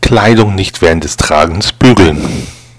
Kleidung nicht während des Tragens bügeln.